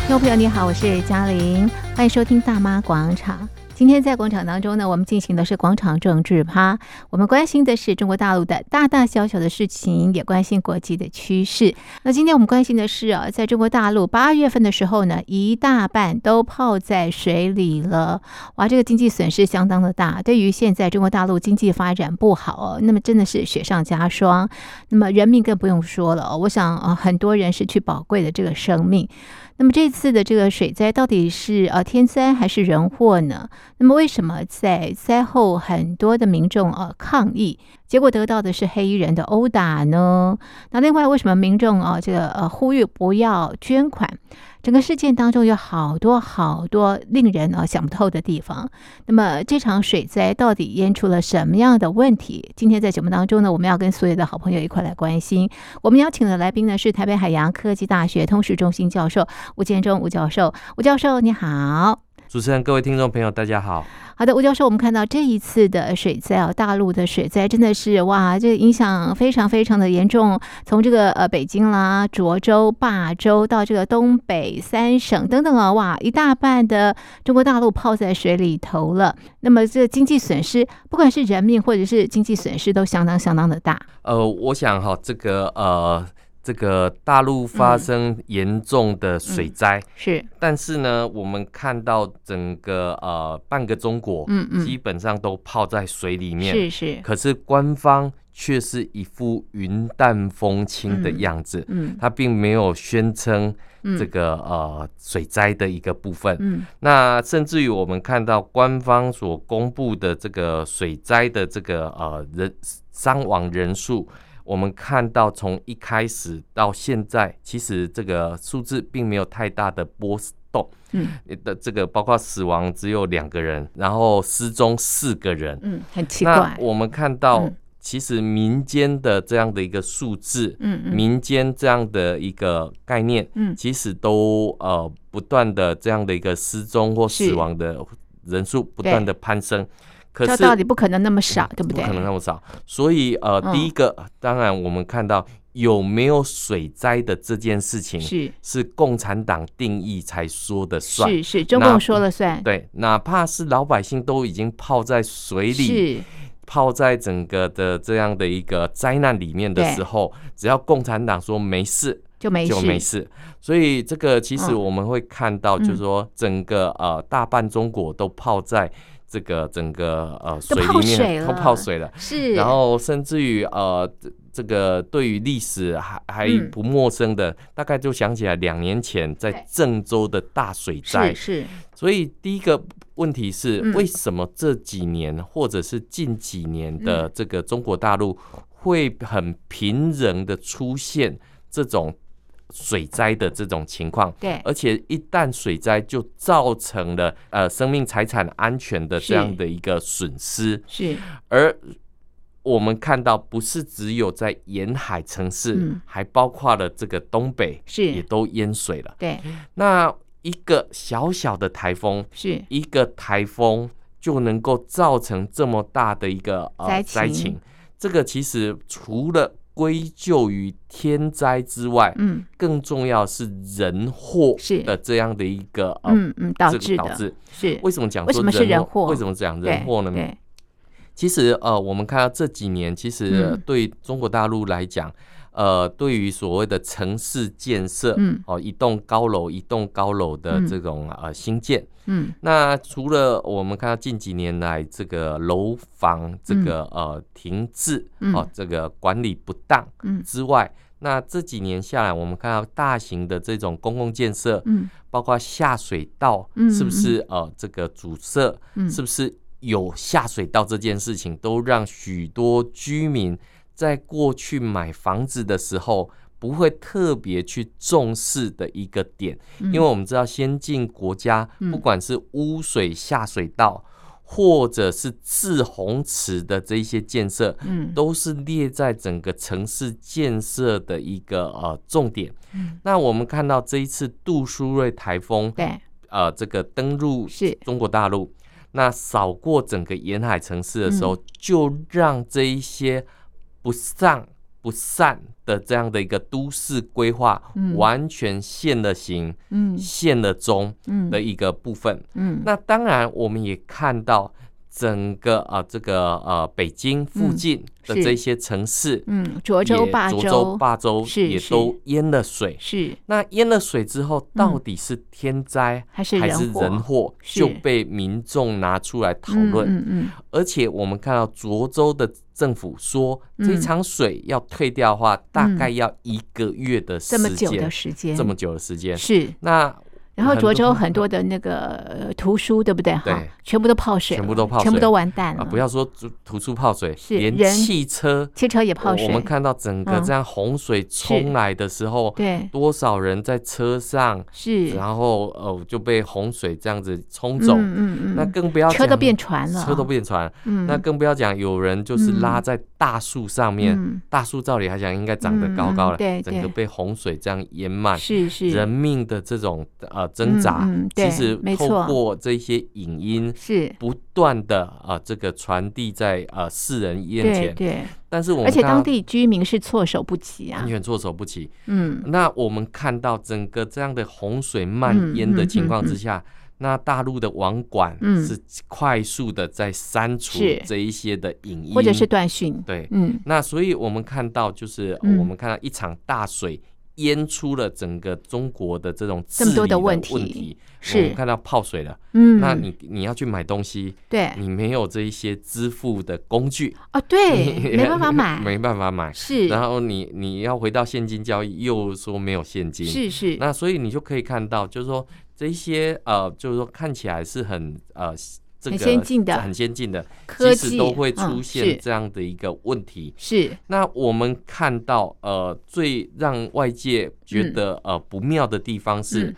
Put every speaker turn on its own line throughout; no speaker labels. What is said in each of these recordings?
听众朋友，你好，我是嘉玲，欢迎收听《大妈广场》。今天在广场当中呢，我们进行的是广场政治趴，我们关心的是中国大陆的大大小小的事情，也关心国际的趋势。那今天我们关心的是啊，在中国大陆八月份的时候呢，一大半都泡在水里了，哇，这个经济损失相当的大。对于现在中国大陆经济发展不好哦，那么真的是雪上加霜。那么人命更不用说了哦，我想啊，很多人失去宝贵的这个生命。那么这次的这个水灾到底是呃天灾还是人祸呢？那么为什么在灾后很多的民众呃抗议，结果得到的是黑衣人的殴打呢？那另外为什么民众啊、呃、这个呃呼吁不要捐款？整个事件当中有好多好多令人啊、呃、想不透的地方。那么这场水灾到底淹出了什么样的问题？今天在节目当中呢，我们要跟所有的好朋友一块来关心。我们邀请的来宾呢是台北海洋科技大学通识中心教授吴建中吴教授。吴教授你好。
主持人、各位听众朋友，大家好。
好的，吴教授，我们看到这一次的水灾啊，大陆的水灾真的是哇，这个影响非常非常的严重。从这个呃北京啦、涿州、霸州到这个东北三省等等啊，哇，一大半的中国大陆泡在水里头了。那么这个经济损失，不管是人命或者是经济损失，都相当相当的大。
呃，我想哈，这个呃，这个大陆发生严重的水灾，
是，
但是呢，我们看到整个呃半个中国，
嗯嗯
基本上都泡在水里面，
是是，
可是官方却是一副云淡风轻的样子，
嗯
他并没有宣称
嗯
这个、呃水灾的一个部分。
嗯
那甚至于我们看到官方所公布的这个水灾的这个呃人伤亡人数，我们看到从一开始到现在，其实这个数字并没有太大的波动。
嗯
呃的这个包括死亡只有两个人，然后失踪四个人。
嗯，很奇
那
怪，
我们看到
嗯，
其实民间的这样的一个数字，
嗯嗯
民间这样的一个概念，
嗯
其实都呃不断的这样的一个失踪或
是
死亡的人数不断的攀升，可
这
是
道理不可能那么少，对不
不
对？
可能那么少，所以呃，
嗯
第一个当然我们看到有没有水灾的这件事情
是
是共产党定义才说的算。
是是，中
那
共说了算，
对，哪怕是老百姓都已经泡在水里，
是
泡在整个的这样的一个灾难里面的
对
时候，只要共产党说没事，
就没
就
事，
没事。所以这个其实
嗯
我们会看到，就是说整个、呃大半中国都泡在这个整个呃
都
水
泡
里面，
水了
都泡水了。
是，
然后甚至于呃这这个对于历史还还
嗯
不陌生的，大概就想起来两年前在
对
郑州的大水灾
是。是，
所以第一个问题是
嗯，
为什么这几年或者是近几年
嗯
的这个中国大陆会很频仍的出现这种水灾的这种情况？
对，
而且一旦水灾就造成了呃生命财产安全的
是
这样的一个损失，
是
而我们看到不是只有在沿海城市，
嗯
还包括了这个东北也
是，
都淹水了。
对，
那一个小小的台风，
是
一个台风就能够造成这么大的一个
灾
呃
情
灾情，这个其实除了归咎于天灾之外，
嗯
更重要是人祸
是
的这样的一个呃、
嗯嗯导
这
致
个导
的，
致。
是，
为什么讲
为什
说
么是人祸
为什么讲
对
人祸呢？
对，
其实呃，我们看到这几年，其实
嗯
对中国大陆来讲，呃，对于所谓的城市建设，
嗯
哦，一栋高楼一栋高楼的
嗯
这种、呃新建，
嗯
那除了我们看到近几年来这个楼房这个、呃停滞
嗯
哦，这个管理不当
嗯
之外，那这几年下来，我们看到大型的这种公共建设，
嗯
包括下水道
嗯
是不是呃这个阻塞，
嗯，
是不是有下水道这件事情，都让许多居民在过去买房子的时候不会特别去重视的一个点，
嗯
因为我们知道先进国家
嗯
不管是污水下水道。或者是滞洪池的这一些建设，
嗯
都是列在整个城市建设的一个呃重点。
嗯
那我们看到这一次杜苏芮台风，
对
呃这个登陆
是
中国大陆，那扫
嗯
过整个沿海城市的时候，就让这一些不上不善的这样的一个都市规划，
嗯
完全现了形、
嗯
现了踪
嗯
的一个部分。
嗯
那当然，我们也看到整个啊、呃这个呃北京附近的
是
这些城市，
嗯，涿
也
州、霸
涿州、
州
霸州
是
也
是
都淹了水。
是
那淹了水之后，到底是天灾
嗯还是
还
人
是
祸
人祸，
是
就被民众拿出来讨
嗯
论。
嗯嗯
而且我们看到涿州的政府说，
嗯
这场水要退掉的话，大概要一个月的时
这么久的
间，
时间，
这么久的时间。
是。
那
然后
很多
涿州很多的那个呃图书，对不对？哈
对，
全部都泡水了，
全部都泡
全部
水
都完蛋了。
啊，不要说土土出泡水，
是
连
人
汽车，
汽车也泡
我
水，
我们看到整个
嗯
这样洪水冲来的时候，
对
多少人在车上，
是
然后呃就被洪水这样子冲走，
嗯嗯嗯，
那更不要
车都
讲
变船了啊，
车都变船，
嗯
那更不要讲有人就是拉在大树上面，
嗯
大树照理来讲应该长得高
嗯
高了，
嗯对
整
对
个被洪水这样淹满，
是是
人命的这种呃挣扎，
嗯嗯对
其实
没
透
错
过这些影音
是，
不断的啊、呃这个传递在呃世人眼
对
前，
对，
但是我们
而且
看到
当地居民是措手不及啊
完，全措手不及。
嗯
那我们看到整个这样的洪水蔓延的情况之下，那大陆的网管
嗯
是快速的在删除
是
这一些的影音，
或者是断讯，
对。
嗯
那所以我们看到，就是呃
嗯
我们看到一场大水淹出了整个中国的这种治
这么多
理
的
的
问
问
题
我
是
们看到泡水了，
嗯，
那你你要去买东西，
对
你没有这一些支付的工具，
哦对， 没办法买，
没办法买。
是
然后你你要回到现金交易，又说没有现金，
是是，
那所以你就可以看到，就是说这一些呃，就是说看起来是很呃这个
很先进的
很先进的
科
其
技
实都会
嗯
出
是
现这样的一个问题。
是
那我们看到呃，最让外界觉得、呃不妙的地方是。
嗯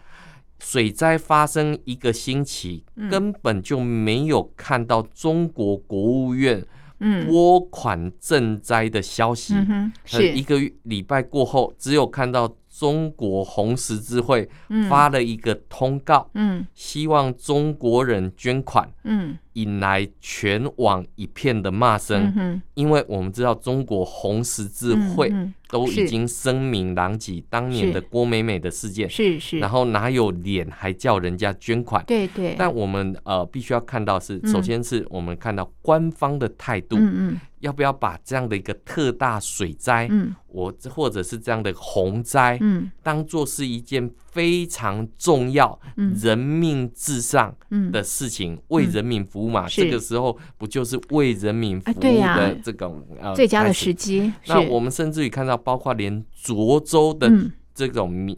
水灾发生一个星期，
嗯
根本就没有看到中国国务院
嗯
拨款赈灾的消息。
嗯哼
呃一
是
个月礼拜过后，只有看到中国红十字会
嗯
发了一个通告，
嗯
希望中国人捐款，
嗯
引来全网一片的骂声。
嗯哼
因为我们知道中国红十字会
嗯嗯
都
是
已经声名狼藉当年
是
的郭美美的事件，
是是，
然后哪有脸还叫人家捐款？
对对，
但我们呃必须要看到是，首
嗯
先是我们看到官方的态度，
嗯嗯
要不要把这样的一个特大水灾，
嗯
我或者是这样的洪灾，
嗯
当做是一件非常重要、
嗯
人命至上
嗯
的事情，为人民服务嘛。
是
这个时候不就是为人民服
啊
务
对呀
的这种、呃
最佳的
开始
时机是
那我们甚至于看到，包括连涿州的
嗯
这种民、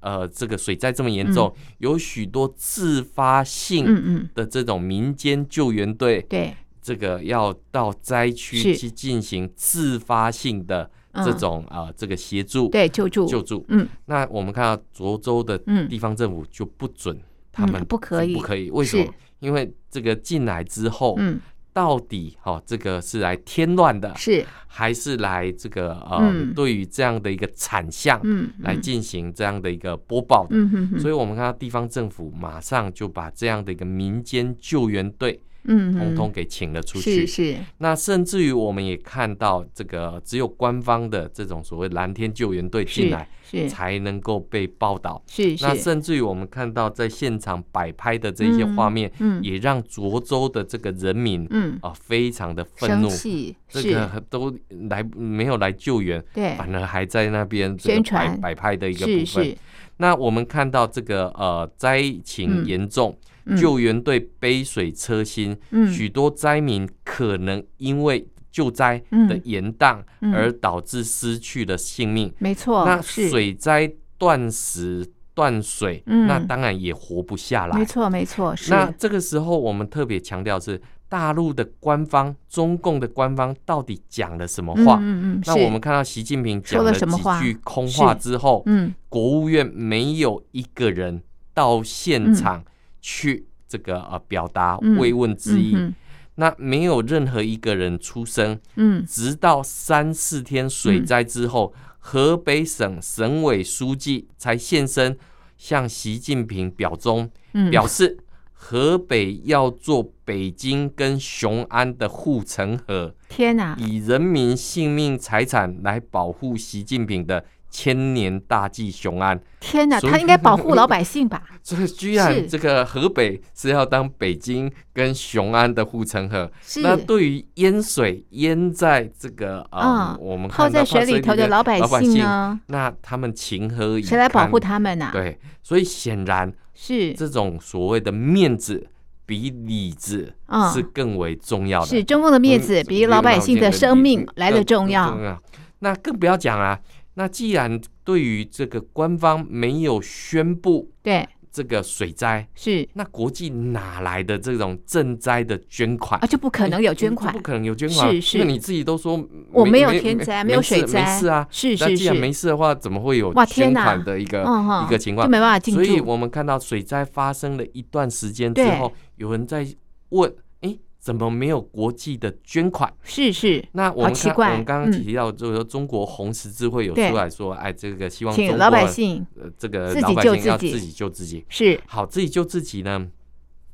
呃这个水灾这么严重，有许多自发性
嗯嗯
的这种民间救援队，
对
这个要到灾区
是嗯
去进行自发性的这种啊、呃这个协助
对救助
救助。
嗯
那我们看到涿州的
嗯
地方政府就不准他们、
嗯不可以
不可以，为什
是
么？因为这个进来之后，
嗯
到底哈、哦、这个是来添乱的，
是
还是来这个呃、
嗯
对于这样的一个产项、
嗯
来
嗯
进行这样的一个播报的？
嗯哼哼
所以，我们看到地方政府马上就把这样的一个民间救援队，
嗯
通
哼
通给请了出
是
去。
是
那甚至于我们也看到，这个只有官方的这种所谓蓝天救援队进
是
来，
是
才能够被报道。
是
那
是
甚至于我们看到在现场摆拍的这些画面，
嗯
也让涿州的这个人民啊、
嗯
非常的愤
生
怒，
气
这
是
个都来没有来救援，
对
反而还在那边这个
宣传
摆摆拍的一个
是
部分
是。
那我们看到这个呃灾情
嗯
严重，
嗯
救援队杯水车薪，
嗯
许多灾民可能因为救灾的延宕
嗯
而导致失去了性命。
没错
那
哦是
水灾断食断水，
嗯
那当然也活不下
没
来。
错没错是
那这个时候，我们特别强调是大陆的官方、中共的官方到底讲了什么话？
嗯嗯嗯
那
是
我们看到习近平
说
讲
了
了
什么
几
话
句空话
是
之后，
嗯
国务院没有一个人到现场去这个呃表达
嗯
慰问之意，
嗯
那没有任何一个人出声。
嗯
直到三四天水灾之后，河北省省委书记才现身向习近平表忠，
嗯
表示河北要做北京跟雄安的护城河，
天哪，
以人民性命财产来保护习近平的千年大计雄安。
天哪，
所以
他应该保护老百姓吧？
所以居
是
然这个河北是要当北京跟雄安的护城河。
是
那对于淹水淹在这个啊、
嗯
我们
泡
看到
在水里头的老百
老百
姓
姓
呢？
那他们情何以堪？
谁来保护？他们呐？
对，所以显然
是
这种所谓的面子比里子
嗯
是更为重要的。
是，中共的面子
嗯
比老百姓的生命来的重
更
要。
重那更不要讲啊！那既然对于这个官方没有宣布
对，
这个水灾，
是
那国际哪来的这种赈灾的捐款
啊，？就不可能有捐款
不。可能有捐款，啊
是是
因为你自己都说
我没有
没
天灾，
没
有
事
水灾，
没事啊。
是
那
是
既然
是
没，事的话，怎么会有
哇天
捐
哪嗯
款的一个
哼
一个情
就
况？
没办法进
所以
驻。
我们看到水灾发生了一段时间之
对
后，有人在问：诶，怎么没有国际的捐款？
是是，
那我
好
们
奇
看
怪
我们刚
嗯
刚提到，就是说中国红十字会有
对
出来说，哎，这个希望中
请
国
老百姓
呃这个
自己
老百
救
姓要
自己
自己救自己。
是
好，自己救自己呢？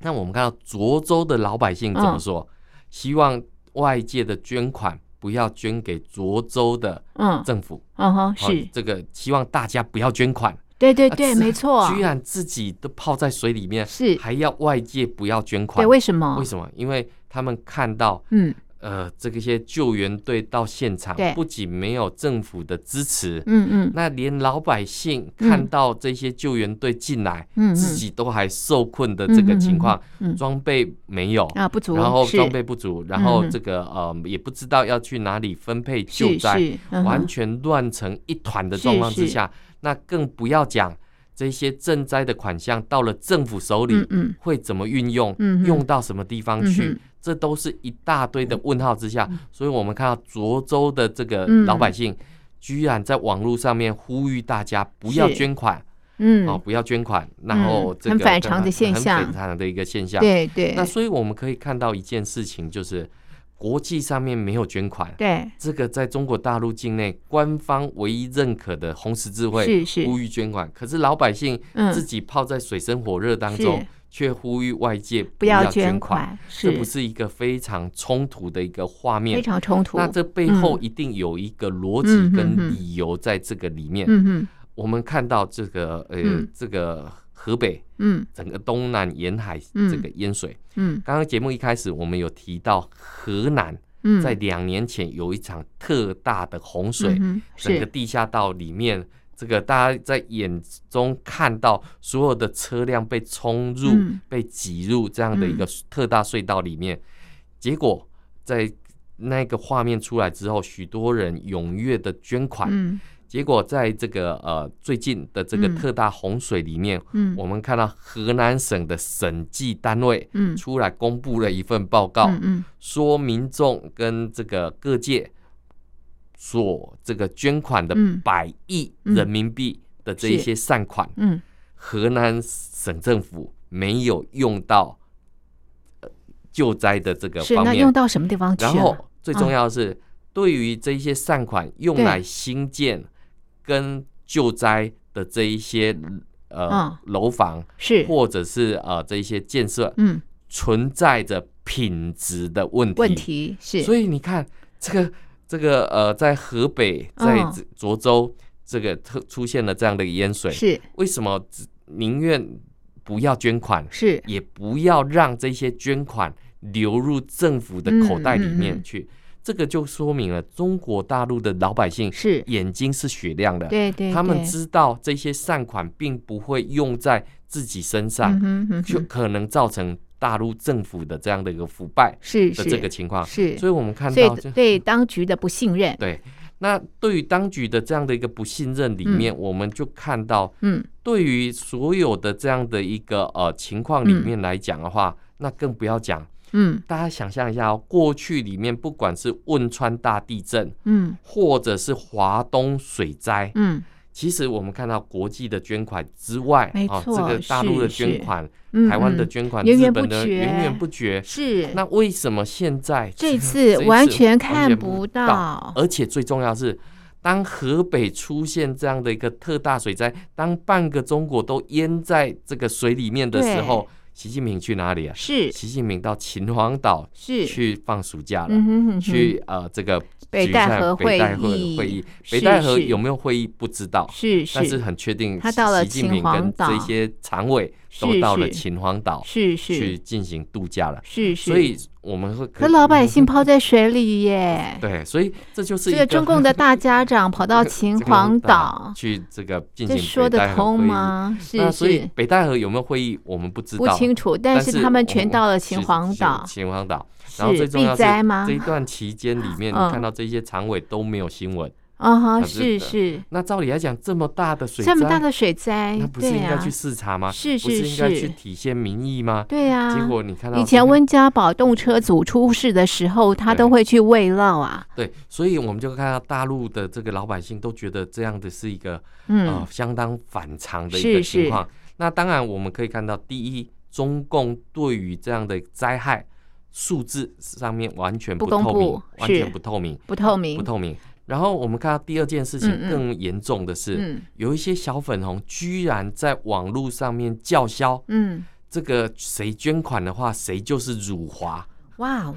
那我们看到涿州的老百姓怎么
嗯
说？希望外界的捐款不要捐给涿州的
嗯
政府，
嗯哼
好
是，
这个希望大家不要捐款。
对对
啊
对，
自
没错，
居然自己都泡在水里面，
是
还要外界不要捐款
对，？为什么
为？什么？因为他们看到
嗯
呃，这个些救援队到现场
对，
不仅没有政府的支持，
嗯嗯
那连老百姓
嗯
看到这些救援队进来，
嗯，
自
嗯
己都还受困的这个情况，
嗯嗯嗯嗯
装备没有。
啊不足，
然后
是
装备不足，然后
嗯
这个呃也不知道要去哪里分配救
是
灾，
是嗯
完
哼
全乱成一团的
是
状况
是
之下，那更不要讲这些赈灾的款项到了政府手里
嗯嗯
会怎么运用，
嗯哼
用到什么地方去，
嗯哼
这都是一大堆的问号之下。所以我们看到涿州的这个
嗯
老百姓，居然在网络上面呼吁大家不要
是
捐款，哦，
嗯，
不要捐款，然后这个
很反常的现象
很反常的一个现象。
对对
那所以我们可以看到一件事情，就是国际上面没有捐款，
对
这个在中国大陆境内官方唯一认可的红十字会
是是
呼吁捐款，可是老百姓
嗯
自己泡在水深火热当中，
是
却呼吁外界
不
不
要
捐
捐，款
这不
是
是一个非常冲突的一个画
非
面。
常冲突，嗯
那这背后一定有一个逻辑
嗯嗯嗯
跟理由在这个里面。
嗯嗯
我们看到这个呃，
嗯
这个河北
嗯
整个东南沿海
嗯
这个淹水，
嗯
刚刚节目一开始我们有提到河南。
嗯，
在两年前有一场特大的洪水，
嗯哼
整个
是
地下道里面，这个大家在眼中看到所有的车辆被冲入、
嗯
被挤入这样的一个特大隧道里面，结果在那个画面出来之后，许多人踊跃的捐款，
嗯
结果在这个呃最近的这个
嗯
特大洪水里面，
嗯
我们看到河南省的审计单位
嗯
出来公布了一份报告。
嗯嗯
说民众跟这个各界所这个捐款的
嗯
百亿
嗯
人民币的这一些善款，
嗯
河南省政府没有用到呃救灾的这个
是
方
那用
面。
到什么地方去啊
然
了？
后最重要的是，对于这一些善款用
对
来兴建跟救灾的这一些呃楼房
嗯是
或者是呃这一些建设，
嗯
存在着品质的问题。
问题是
所以你看，这个这个呃，在河北，在
嗯
这涿州，这个特出现了这样的一个淹水，
是
为什么只宁愿不要捐款，
是
也不要让这些捐款流入政府的口袋里
嗯嗯嗯
面
嗯
去？这个就说明了中国大陆的老百姓
是，
眼睛是雪亮的，
对对，
他们
对嗯
知道这些善款并不会用在自己身上
嗯，哼嗯
就
哼
可能造成大陆政府的这样的一个腐败
是
的
是
这个情况。
是，
所以我们看
所
到
以
这，嗯
对当局的不信任，
对，那对于当局的这样的一个不信任里面，我们就看到，
嗯
对于所有的这样的一个呃情况里面来讲的话，那更不要讲。
嗯
大家想象一下哦，过去里面不管是汶川大地震，
嗯
或者是华东水灾，
嗯
其实我们看到国际的捐款之外，
没
啊
错
这个大陆的
是
捐款、
嗯，
台湾的
嗯
捐款、
源
日
源不
本的
绝
源源不绝。
是
那为什么现在
这次完全看不到，
而且最重要的是，当河北出现这样的一个特大水灾，当半个中国都淹在这个水里面的时候，习近平去哪里啊？
是
习近平到秦皇岛
是，
去放暑假了，
嗯哼哼哼
去呃这个
北
举
戴
办
河会
北戴河
议
会议，
是
北戴河
是
有没有会议不知道，
是
但是
是
很确定
他到了
习近平
秦皇
跟
岛
这些常委都
是
到了
是
秦皇岛
是
去
是
进行度假了，
是是，
所以我们会
可老百姓泡在水里耶。
对，所以这就是
这
一
个中共的大家长跑到秦皇岛，
去 这个进
这
行
说
北
得
戴河
通
会议？
吗？
那
是
所以
是
北戴河有没有会议，我们不知
不
道，
清楚，但是他们全到了秦皇岛
是，秦皇岛。然后
是
最重
避
要是
灾吗
这？一段期间里面，你
嗯
看到这些常委都没有新闻。
啊哈，
可是
是是，
那照理来讲，这么大的水灾，
这么大的水灾
那，不是
对啊
应该
呀，
去视察吗？
是
不
是
是应该去
是
体现民意吗？
对呀。
结果你看到
以
这
前
个
温家宝动车组出事的时候，他都
对
会去慰劳啊，
对，所以我们就看到大陆的这个老百姓都觉得这样的是一个
嗯
呃，相当反常的
是
一个
是
情况。那当然，我们可以看到，第一，中共对于这样的灾害数字上面完全
不
不透
公
明
布，
完
是
全不透明，
不透
不
明，
透明。然后我们看到第二件事情
嗯嗯
更严重的是，
嗯
有一些小粉红居然在网络上面叫嚣，
嗯，
这个谁捐款的话，谁就是辱华。
哇哦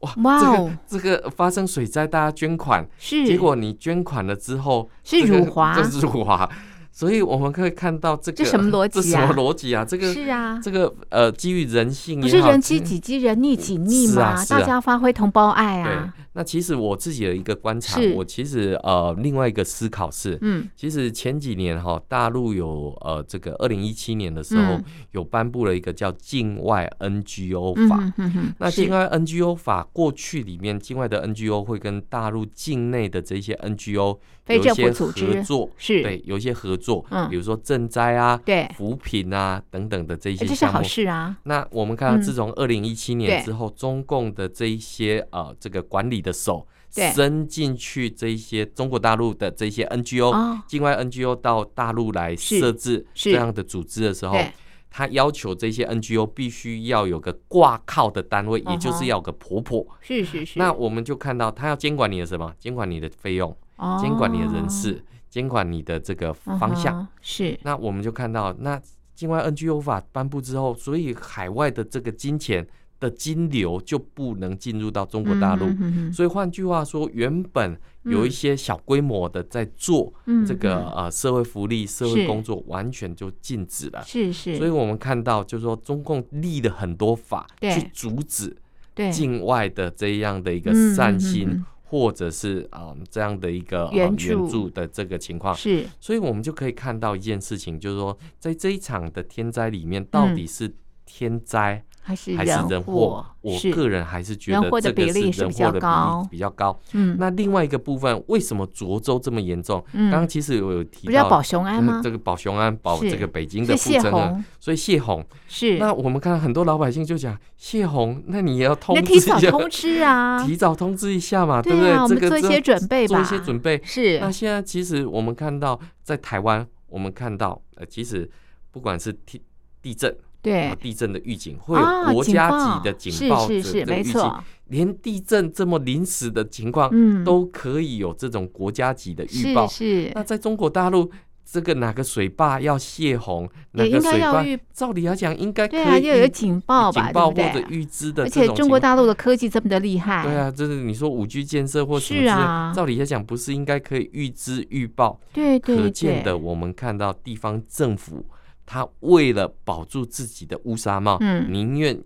哇，
哇哦，
这个这个发生水灾，大家捐款，
是
结果你捐款了之后
是
这个
辱华
这是辱华。所以我们可以看到这个
这什么逻辑啊
这什么逻辑啊？这个
是啊，
这个呃，基于人性
不
也
是
好
人机
基于
己机，人逆己逆
是啊
嘛，
是啊
大家发挥同胞爱
对
啊，。
那其实我自己的一个观察
是，
我其实呃另外一个思考是，
嗯
其实前几年哈，大陆有呃这个二零一七年的时候、
嗯
有颁布了一个叫《境外 NGO
嗯
法》
哼哼哼，
那
是
境外 NGO 法过去里面，境外的 NGO 会跟大陆境内的这些 NGO
非
有一
政府
些
组织
合作，
是
对，有一些合作，
嗯
比如说赈灾啊、
对
扶贫啊等等的这一
哎
些
这是
项目
好。事啊，
那我们看
嗯
到，自从二零一七
对
年之后，中共的这一些呃这个管理的手
对
伸进去这一些中国大陆的这些 NGO，、
哦
境外 NGO 到大陆来
是
设置
是
这样的组织的时候
对，
他要求这些 NGO 必须要有个挂靠的单位，
嗯哼
也就是要有个婆婆。
是是是，
那我们就看到他要监管你的什么？监管你的费用，监管你的人
哦
事，监管你的这个
嗯
方向。
哼是
那我们就看到，那境外 NGO 法颁布之后，所以海外的这个金钱的金流就不能进入到中国大陆。
嗯哼哼哼
所以换句话说，原本有一些小规模的在做
嗯
这个、呃社会福利、社会
是
工作，完全就禁止了。
是是，
所以我们看到，就是说中共立了很多法
对
去阻止
对
境外的这样的一个
嗯嗯
善
嗯
心，
嗯
或者是啊、呃这样的一个、呃、
援
援
助
助的这个情况。
是
所以我们就可以看到一件事情，就是说，在这一场的天灾里面，到底是天灾
还嗯是
还是人祸？我
是
个人还是觉
人祸
得
的
这个
比例是
人
比较
祸的比
高
例比较高。
嗯
那另外一个部分，为什么涿州这么严重？
嗯
刚刚其实我有提
不是要保
到。
雄安
嗯
吗
这？个保雄安保
是
这个北京的
是
护
泄
城河，
洪
所以泄洪。
是，
那我们看很多老百姓就讲泄洪，那你也要通
那
知
提
一
早
下，
通知啊，
提早通知一下嘛，
对
不
啊，我
对？
们
这
做
个
一
之后
些准备
做
吧，
一些准备，
是
那现在其实我们看到，在台湾，我们看到呃，其实不管是地地震、
对
啊地震的预警，会
啊，
有国
警
家级的
报
警报
是是
的
是，
这个
没
预警，
错，
连地震这么临时的情况，
嗯，
都可以有这种国家级的预
是
报。
是
那在中国大陆。这个哪个水坝要泄洪，哪
也
个
应该
水
要
坝
预，
照理来讲应该可
对啊，
以
要
预
有警报吧，
警报
对
或
不
者
对？
预知的
而
这
且
种
中
情
国
况。
大陆的科技这么的厉害，
对啊，就是你说五 G 建设或什
是
么之类
啊
照理来讲不是应该可以预知预报？
对对对，
可见的，我们看到地方政府他为了保住自己的乌纱帽，
嗯
宁愿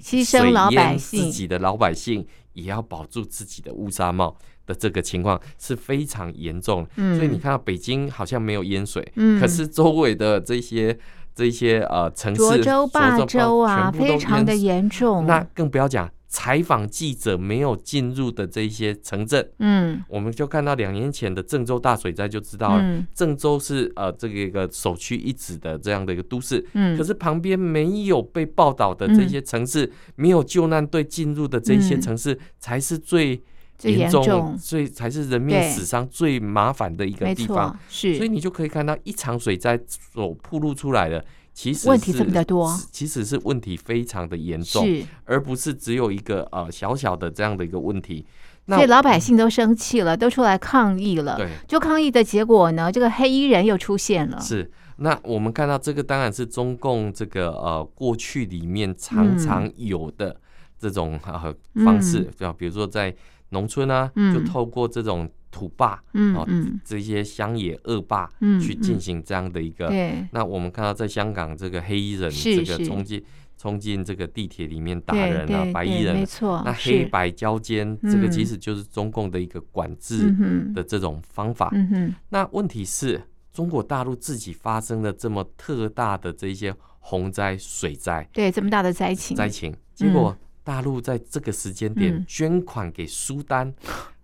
牺牲老百姓
自己的老百姓也要保住自己的乌纱帽的这个情况是非常严重的。
嗯
所以你看到北京好像没有淹水，
嗯
可是周围的这些这些呃城市，
涿州、霸
涿
州啊，
全部都
非常的
淹
严重。
那更不要讲采访记者没有进入的这一些城镇，
嗯，
我们就看到两年前的郑州大水灾就知道了。
嗯
郑州是呃这个一个首屈一指的这样的一个都市，
嗯，
可是旁边没有被报道的这些城市，没有救难队进入的这些
嗯
城市，才是最
最严
重、
重，
最才是人命
对
死伤最麻烦的一个
没
地方
错。，是
所以你就可以看到一场水灾所暴露出来的，其实
问题
是
这么的多啊
是其实是问题非常的严重。
是，
而不是只有一个呃小小的这样的一个问题。那
所以老百姓都生气了，都出来抗议了。
对
就抗议的结果呢，这个黑衣人又出现了。
是，那我们看到这个当然是中共这个呃过去里面
嗯
常常有的这种呃方式，对吧？比如说在农村啊，
嗯
就透过这种土霸
嗯
哦
嗯，
这些乡野恶霸
嗯
去进行这样的一个。
对，
那我们看到在香港这个黑衣人
是
这个
是
冲进冲进这个地铁里面打
对
人啊
对，
白
对
衣人
没，错，
那
是
黑，白交间，这个其
嗯
实就是中共的一个管制
嗯哼，
的这种方法。
嗯哼，
那问题是，中国大陆自己发生了这么特大的这一些洪灾、水灾、
对，这么大的灾情，
灾情，结果大陆在这个时间点
嗯
捐款给苏丹，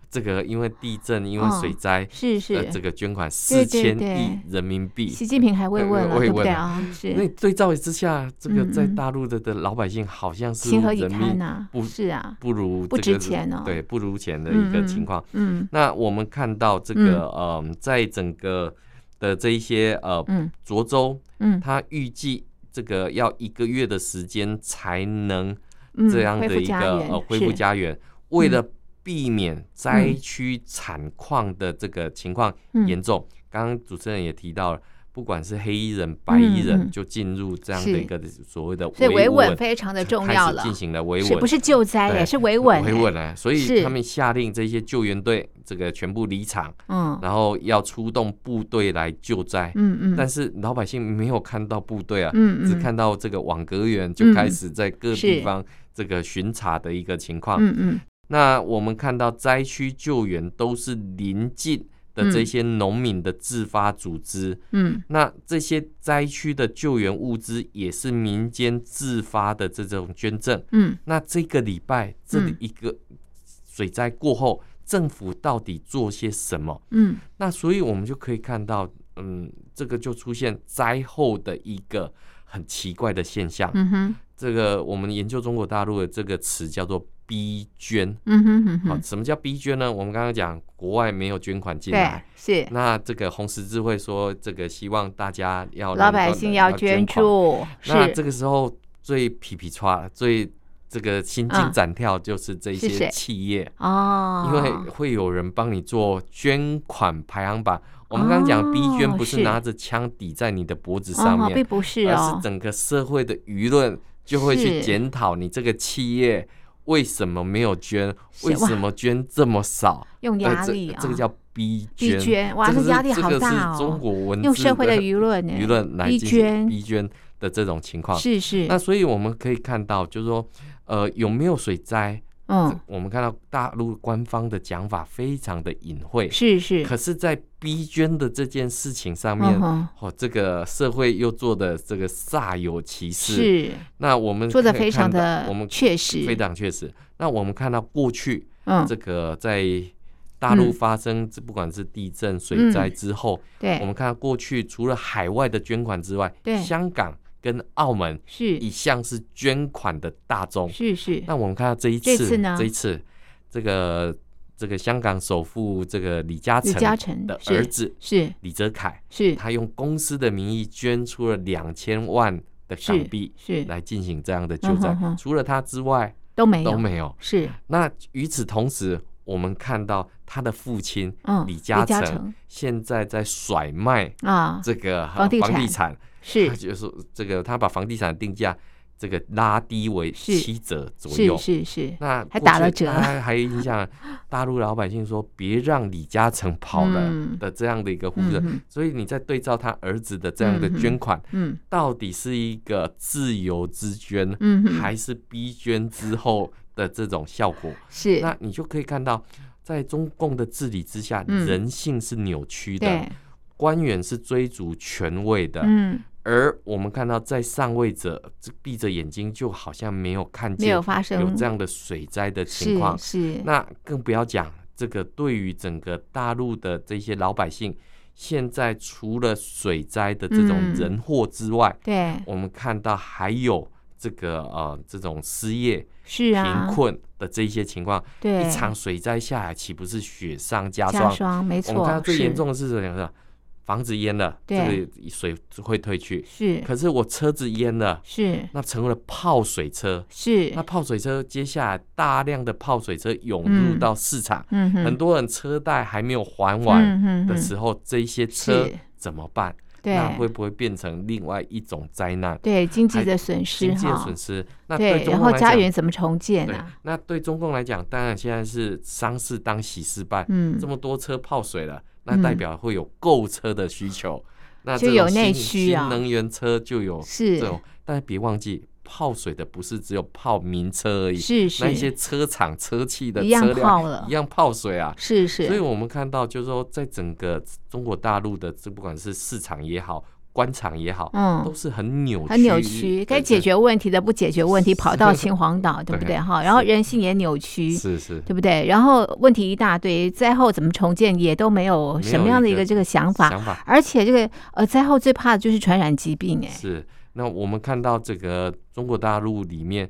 这个因为地震、因为水灾，
哦是
呃，
是
这，个捐款
对
四
对
千
对
亿人民币。
习近平还慰问了，
慰
对不
呃问
对
了
啊？
那
是
对照之下，这个
嗯
在
嗯
大陆的的老百姓好像是
情何以
人
堪
民
呐？
不
是啊，
不如
不
这个
值钱哦
对，不如钱的
嗯
一个
嗯
情况。
嗯
那我们看到这个，嗯、在整个的这一些呃
嗯
涿州，
嗯
它预计这个要一个月的时间才能
嗯，
这样
恢
的
复
一
家
个
园
呃恢复
是嗯
家园，为了避免灾区产矿的这个情况
嗯
严重，刚刚主持人也提到了。不管是黑衣人、白衣
嗯
人，
嗯
就进入这样的一个所谓的
所以维
维
稳非常的重
开
要
始
了，
进行了维
是
稳
不，是救灾
对
也是维稳？
维稳，啊，所以
是
他们下令这些救援队这个全部离场，
嗯
然后要出动部队来救灾。
嗯嗯，
但是老百姓没有看到部队啊，
嗯嗯
只看到这个网格员就开始在各
是
地方这个巡查的一个情况。
嗯嗯
那我们看到灾区救援都是邻近的这些农民的自发组织，
嗯
那这些灾区的救援物资也是民间自发的这种捐赠。
嗯
那这个礼拜这里
嗯
一个水灾过后，政府到底做些什么？
嗯，
那所以我们就可以看到，嗯，这个就出现灾后的一个很奇怪的现象。
嗯哼，
这个我们研究中国大陆的这个词叫做“逼捐”。
嗯哼嗯
好，
哼，
什么叫逼捐呢？我们刚刚讲国外没有捐款进
对
来，，
是
那这个红十字会说，这个希望大家要
老百姓要捐
款
助，
那
是
这个时候最皮皮叉、最这个心惊
嗯
胆跳，就是这
是谁
些企业，
哦，
因为会有人帮你做捐款排行榜。我们刚刚
哦
讲逼捐不
是
是拿着枪抵在你的脖子上
哦，并
面，
不是
而
哦
是，整个社会的舆论就会去
是
检讨你这个企业为什么没有捐，
是
为
哇
什么捐这么少？
用
呃
压
这
力啊，
这个叫逼
逼
捐。
捐，哇，
这
这
个是
压力好
这
大
个是中
哦，
国文
用
字
社会的舆论呢
舆论来
逼
进行
捐
逼捐的这种情况。
是是
那，所以我们可以看到，就是说，呃，有没有水灾？
嗯，
我们看到大陆官方的讲法非常的隐晦，
是是，
可是，在逼捐的这件事情上面
嗯，哼，
哦，这个社会又做的这个煞有其事。
是
那我们
做的
可以
非常
看到
的
我们
确实，
非常确实。那我们看到过去
嗯
这，个在大陆
嗯
发生，这不管是地震、水灾之后，我
对，
们看到过去除了海外的捐款之外
嗯对，
香港跟澳门
是
一向是捐款的大宗。
是是，
那我们看到这一
这
次，
次呢
一次这个这个香港首富这个李嘉
李
诚
嘉诚
的
是
儿子
是
李泽楷，
是
他用公司的名义捐出了两千万的港
是
币
是
来进行这样的救灾。
嗯哼哼
除了他之外
都没
都
有，
没有。
是
那与此同时，我们看到他的父亲
嗯，
李
嘉
嘉诚现在在甩卖
啊，
这个呃
房地产
房地产
是
他就是这个，他把房地产定价这个拉低为
是
七折左右
是。是是，
那
还
过
打
去
了折
他还影响大陆老百姓说别让李嘉诚跑了
嗯
的这样的一个呼声。
嗯
所以你再对照他儿子的这样的
嗯嗯
捐款，
嗯
到底是一个自由之捐，
嗯哼，
还是逼捐之后的这种效果？
是
那你就可以看到，在中共的治理之下，
嗯
人性是扭曲的，
对，
官员是追逐权位的，
嗯，
而我们看到在上位者这闭着眼睛，就好像没有看
没
见
有发生
有这样的水灾的情
是
况。
是，
那更不要讲这个对于整个大陆的这些老百姓，现在除了水灾的这种
嗯
人祸之外，
对，
我们看到还有这个呃这种失业、
是啊
贫，困的这一些情况。
对，
一场水灾下来，岂不是雪上加
加
霜？
霜，没
我们看
错，
到最严
是
重的是什么？房子淹了，这
对
个水会退去。
是
可是我车子淹了，
是
那成为了泡水车。
是
那，泡水车接下来大量的泡水车涌入
嗯
到市场，
嗯哼，
很多人车贷还没有还完
嗯哼
的
哼
时候，这一些车
是
怎么办？
对
那会不会变成另外一种灾难？
对经济的损失
经济的
哈
损，失，那对
对，
中
然
共
后
来
家
讲，
园怎么重建
对
啊？，
那对中共来讲，当然现在是丧事当喜事办，
嗯
这，么多车泡水了，那代
嗯
表会有购车的需求，那
就
这种
有内
新
需啊
新能源车就有这
是
种，但别忘记泡水的不是只有泡名车而已，
是
那一些
是
车厂车企的
一样
车辆
泡了
一样泡水啊。
是
所以
是，
我们看到，就是说，在整个中国大陆的这不管是市场也好，官场也好，都
嗯，
是很扭曲，
很扭曲，该
对
解。决问题的不解决问题，跑到
是
秦皇岛，对不
对
对哈？然后
是
人性也扭曲，
对是是
对不对？然后问题一大堆，灾后怎么重建也都没有
没
什
有
么样
一
的一
个
个这个想法，
想法
而且这个呃灾后最怕的就是传染疾病哎、
是。那我们看到这个中国大陆里面，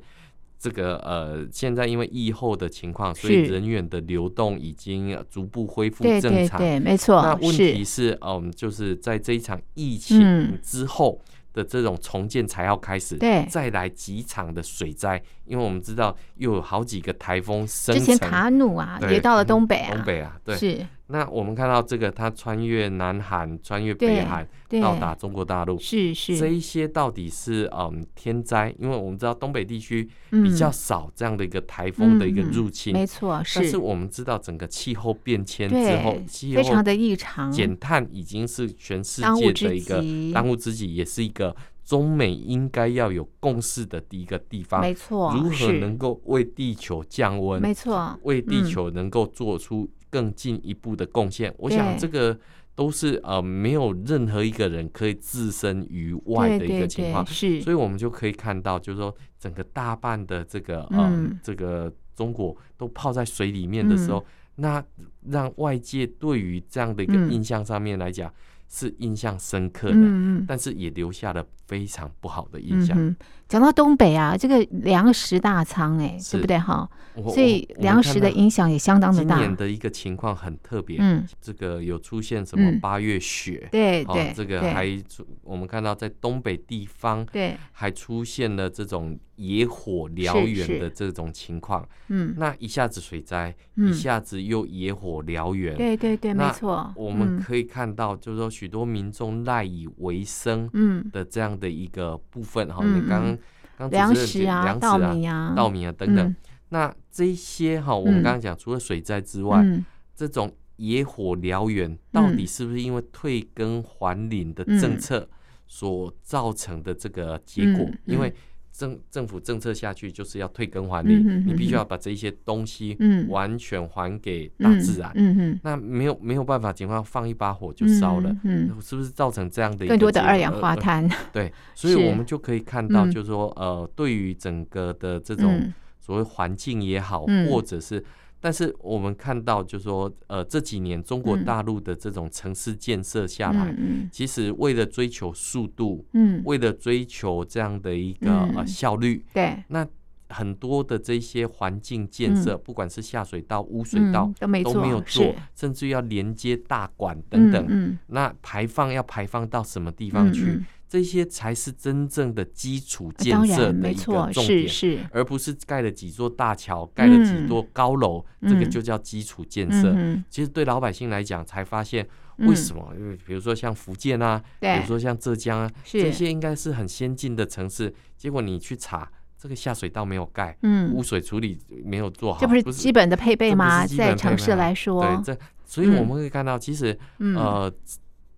这个呃，现在因为疫后的情况，所以
是
人员的流动已经呃逐步恢复
对
正
对
常。
对，没
那
错，
问
哦是
题是，嗯，就是在这一场疫
嗯
情之后的这种重建才要开始，
对
再来几场的水灾，因为我们知道又有好几个台风生
之前
成
卡努啊
对
也到了
嗯
东北啊，
东北啊，对。
是
那我们看到这个，它穿越南韩，穿越
对
北韩，
对
到达中国大陆，
是
这
是
一些到底是嗯天灾？因为我们知道东北地区
嗯
比较少这样的一个台风的一个
嗯嗯
入侵，
没错
但是
是，
我们知道整个气候变迁之后
对，，
气
非
候
常的异常，
减碳已经是全世
啊当务
界
之
的一个
急
当务之急，也是一个中美应该要有共识的第一个地方。
没错，
如何
是
能够为地球降温？
没错，
为地
嗯
球能够做出更进一步的贡献。我
对
想这个都是呃没有任何一个人可以置身于外
对
的一
对
个情
对
况，
是
所以我们就可以看到，就是说整个大半的这个呃、
嗯
这个中国都泡在水里面的时候，那让外界对于这样的一个
嗯
印象上面来讲、是印象深刻的。
嗯嗯。
但是也留下了非常不好的印
嗯
象。
哼，讲到东北啊，这个粮食大仓哎、对
是
不对哈？
我
所以
我我们
粮食
看
的
到
影响也相当的
今
大。
年的一个情况很特别，
嗯，
这个有出现什么
嗯
八月雪，
对
哦
对，
这个
对
还出我们看到在东北地方
对，
还出现了这种野火燎
是
原
是
的这种情况，
嗯，
那一下子水灾，
嗯
一下子又野火燎原，
对对对，没
那
错，
我们
嗯
可以看到，就是说许多民众赖以为生
嗯，
的这样的一个部分哈，
嗯
你刚刚
粮
主持人
食
提
啊，
粮食
稻
啊、
米啊，
稻米啊等等
嗯，
那这些哈，我们
嗯
刚刚讲除了水灾之外，
嗯
这种野火燎原，到底是不是因为退耕还林的政策所造成的这个结果？
嗯嗯
因为政政府政策下去就是要退耕还
嗯
林，
哼嗯哼
你必须要把这一些东西
嗯
完全还给大自然。
嗯嗯
那没有没有办法情况，放一把火就
嗯，
烧了，
嗯，
是不是造成这样的一个
更多的
结
二氧
呃
化
呃
碳，
对，所以
是
我们就可以看到，
嗯
就是说，呃，对于整个的这种
嗯
所谓环境也好，
嗯
或者是，但是我们看到，就是说，呃，这几年中国
嗯
大陆的这种城市建设下来，
嗯
其实为了追求速度，
嗯，嗯
为了追求这样的一个、
嗯
呃效率，
对，
那很多的这些环境建设，不管是下水道、污水
嗯
道。
都没
都
做，
没有
是
做，甚至要连接大管等等，
嗯嗯
那排放要排放到什么地方去？
嗯
这些才是真正的基础
嗯
建
当
设
然
的
没
一个
错，
重
是
点，
是，
而不是盖了几座大桥，盖了几座高楼，这个
嗯
就叫基础建设。
嗯
其实对老百姓来讲，才发现
嗯
为什么，因为比如说像福建啊，比
对
如说像浙江啊，
是
这些应该是很先进的城市，结果你去查，这个下水道没有盖，
嗯
污水处理没有做好，
这不是
不是
基本的配备
这不是
吗？
基
在
本配
城市
备吗
来说，
对这，所以
嗯
我们会看到，其实
嗯，
呃，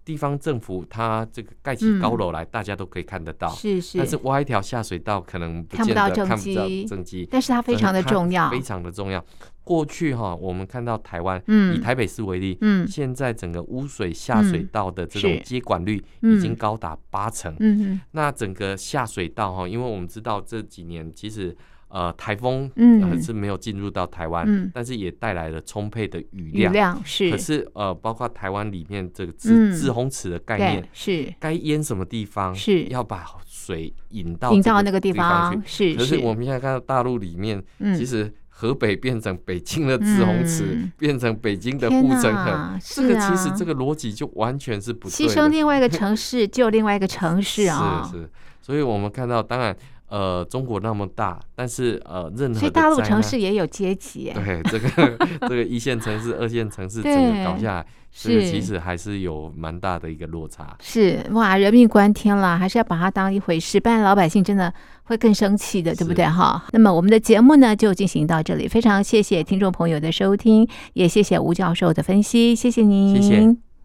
地方政府它这个盖
嗯
起高楼来，大家都可以看得到。
是是，
但是挖一条下水道，可能不
看
见
不
得
到
看不
政
到
绩
政绩，
但是它非
真
常的
看
重要
非，常的重要。过去哈，我们看到台湾，以
嗯
台北市为例，
嗯
现在整个污水下水道的这种
是
接管率已经
嗯
高达八成。
嗯
那整个下水道哈，因为我们知道这几年其实呃台风
嗯
呃是没有进入到台湾，
嗯，
但是也带来了充沛的雨
雨
量。
量是
可是呃，包括台湾里面这个
嗯
自自洪池的概念
对，是
该淹什么地方
是
要把水引到
引
这
到那个地
地
方
去。
是
可是我们现在看到大陆里面，
嗯
其实河北变成北京的自洪池，
嗯
变成北京的
天
护城河，
哪，
这个
是
其实
啊
这个逻辑就完全是不对
牺
的。
牲另外一个城市救另外一个城市啊，
是是，所以我们看到，当然，呃，中国那么大，但是呃，任何
所以
的
大陆
灾
城
难
市也有阶级耶，
对这个 这个一线城市、二线城市整
对
个搞下来，这个
是
其实还是有蛮大的一个落差。
是哇，人命关天了，还是要把它当一回事，不然老百姓真的会更生气的，对不对哈？那么我们的节目呢就进行到这里，非常谢谢听众朋友的收听，也谢谢吴教授的分析，谢谢您，
谢谢。